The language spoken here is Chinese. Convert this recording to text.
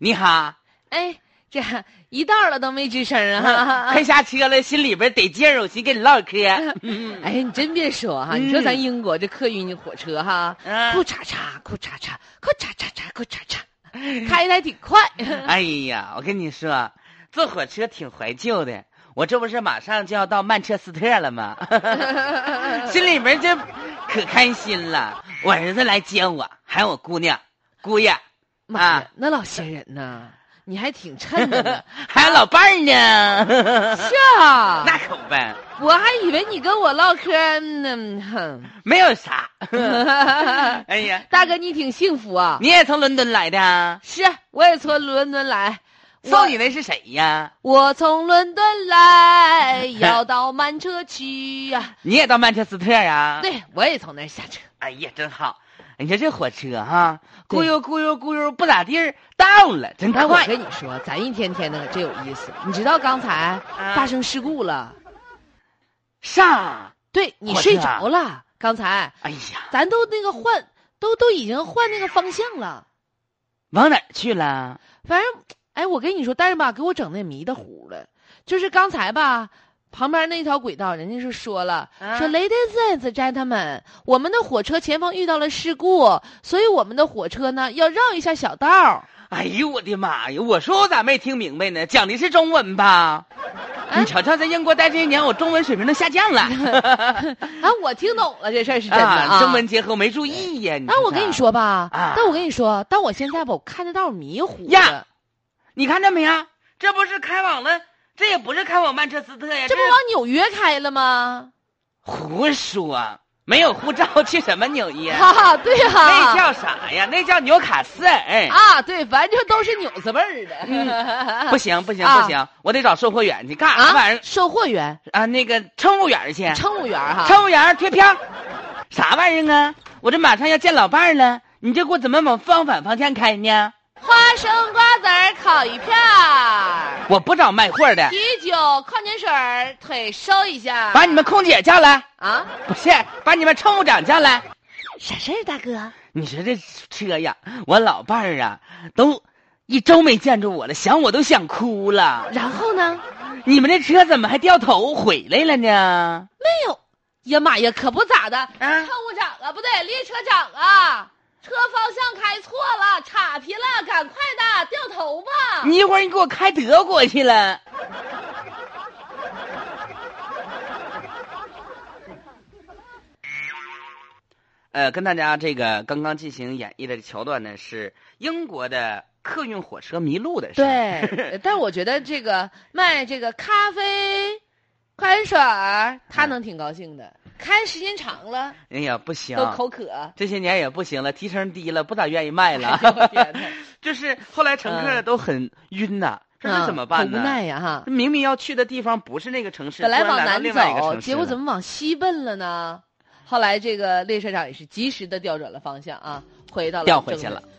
你好，哎，这一道了都没吱声 啊！快下车了，心里边得劲儿，我寻跟你唠嗑。嗯哎，你真别说哈，你说咱英国这客运火车哈，嗯库嚓嚓，库嚓嚓，库嚓嚓嚓，库嚓嚓，开的还挺 快。哎呀，我跟你说，坐火车挺怀旧的。我这不是马上就要到曼彻斯特了吗？心里边这可开心了。我儿子来接我，还有我姑娘、姑爷，妈呀，那老些人呢？你还挺趁着 呢，还有老伴儿呢。 是啊，那可不呗，我还以为你跟我唠嗑呢。哼没有啥。哎呀， 大哥，你挺幸福啊！你也从伦敦来的啊？是，我也从伦敦来，我送你那是谁呀？我从伦敦来，要到曼彻去呀、你也到曼彻斯特啊？对，我也从那儿下车。哎呀，真好！你说这火车哈、咕悠咕悠咕悠不咋地儿到了，真哎，快。我跟你说，咱一天天的可真有意思。你知道刚才啊发生事故了，上，对你我睡知道着了。刚才哎呀，咱都那个换，都都已经换那个方向了。往哪儿去了？反正，哎，我跟你说，但是吧，给我整的迷的糊了。就是刚才吧，旁边那条轨道，人家是说了，啊说 Ladies and gentlemen，我们的火车前方遇到了事故，所以我们的火车呢要绕一下小道儿。哎呦我的妈呀！我说我咋没听明白呢？讲的是中文吧？你瞧瞧，在英国待这一年，我中文水平都下降了。 啊，我听懂了，这事儿是真的啊，啊。中文结合我没注意呀。啊，我跟你，说吧，啊但我跟你说，但我现在吧，我看得到迷糊了呀你看着没啊？这不是开往了，这也不是开往曼彻斯特呀，这不往纽约开了吗？胡说，没有护照去什么纽约？哈哈、对哈、那叫啥呀？那叫纽卡斯哎尔。啊，对，反正都是纽字辈儿的。嗯 不行不行啊不行，我得找售货员去干啥玩意儿，啊售货员、啊？那个乘务员去，乘务员哈，乘务员贴票，啥玩意儿啊？我这马上要见老伴儿了，你这给我怎么往往反方向开呢？花生瓜子儿烤鱼片儿，我不找卖货的，啤酒、矿泉水儿，腿收一下。把你们空姐叫来，啊，不是把你们乘务长叫来。啥事儿，大哥？你说这车呀，我老伴儿啊，都一周没见着我了，想我都想哭了。然后呢？你们这车怎么还掉头回来了呢？没有。哎呀妈呀，可不咋的，乘务长啊，不对，列车长啊，车方向开错了，岔劈了，赶快的掉头吧。你一会儿你给我开德国去了。呃，跟大家这个刚刚进行演绎的桥段呢，是英国的客运火车迷路的事。， 对，但我觉得这个卖这个咖啡、矿泉水儿，他能挺高兴的。开时间长了，哎呀，不行都，口渴。这些年也不行了，提成低了，不咋愿意卖 哎呦我天了。哪就是后来乘客嗯都很晕呐、这啊是怎么办很无呢？奈呀哈！明明要去的地方不是那个城市，本来突然往来到南另外一个走，城市结果了怎么往西奔了呢？后来这个列车长也是及时的调转了方向啊，回到了调回正去了轨。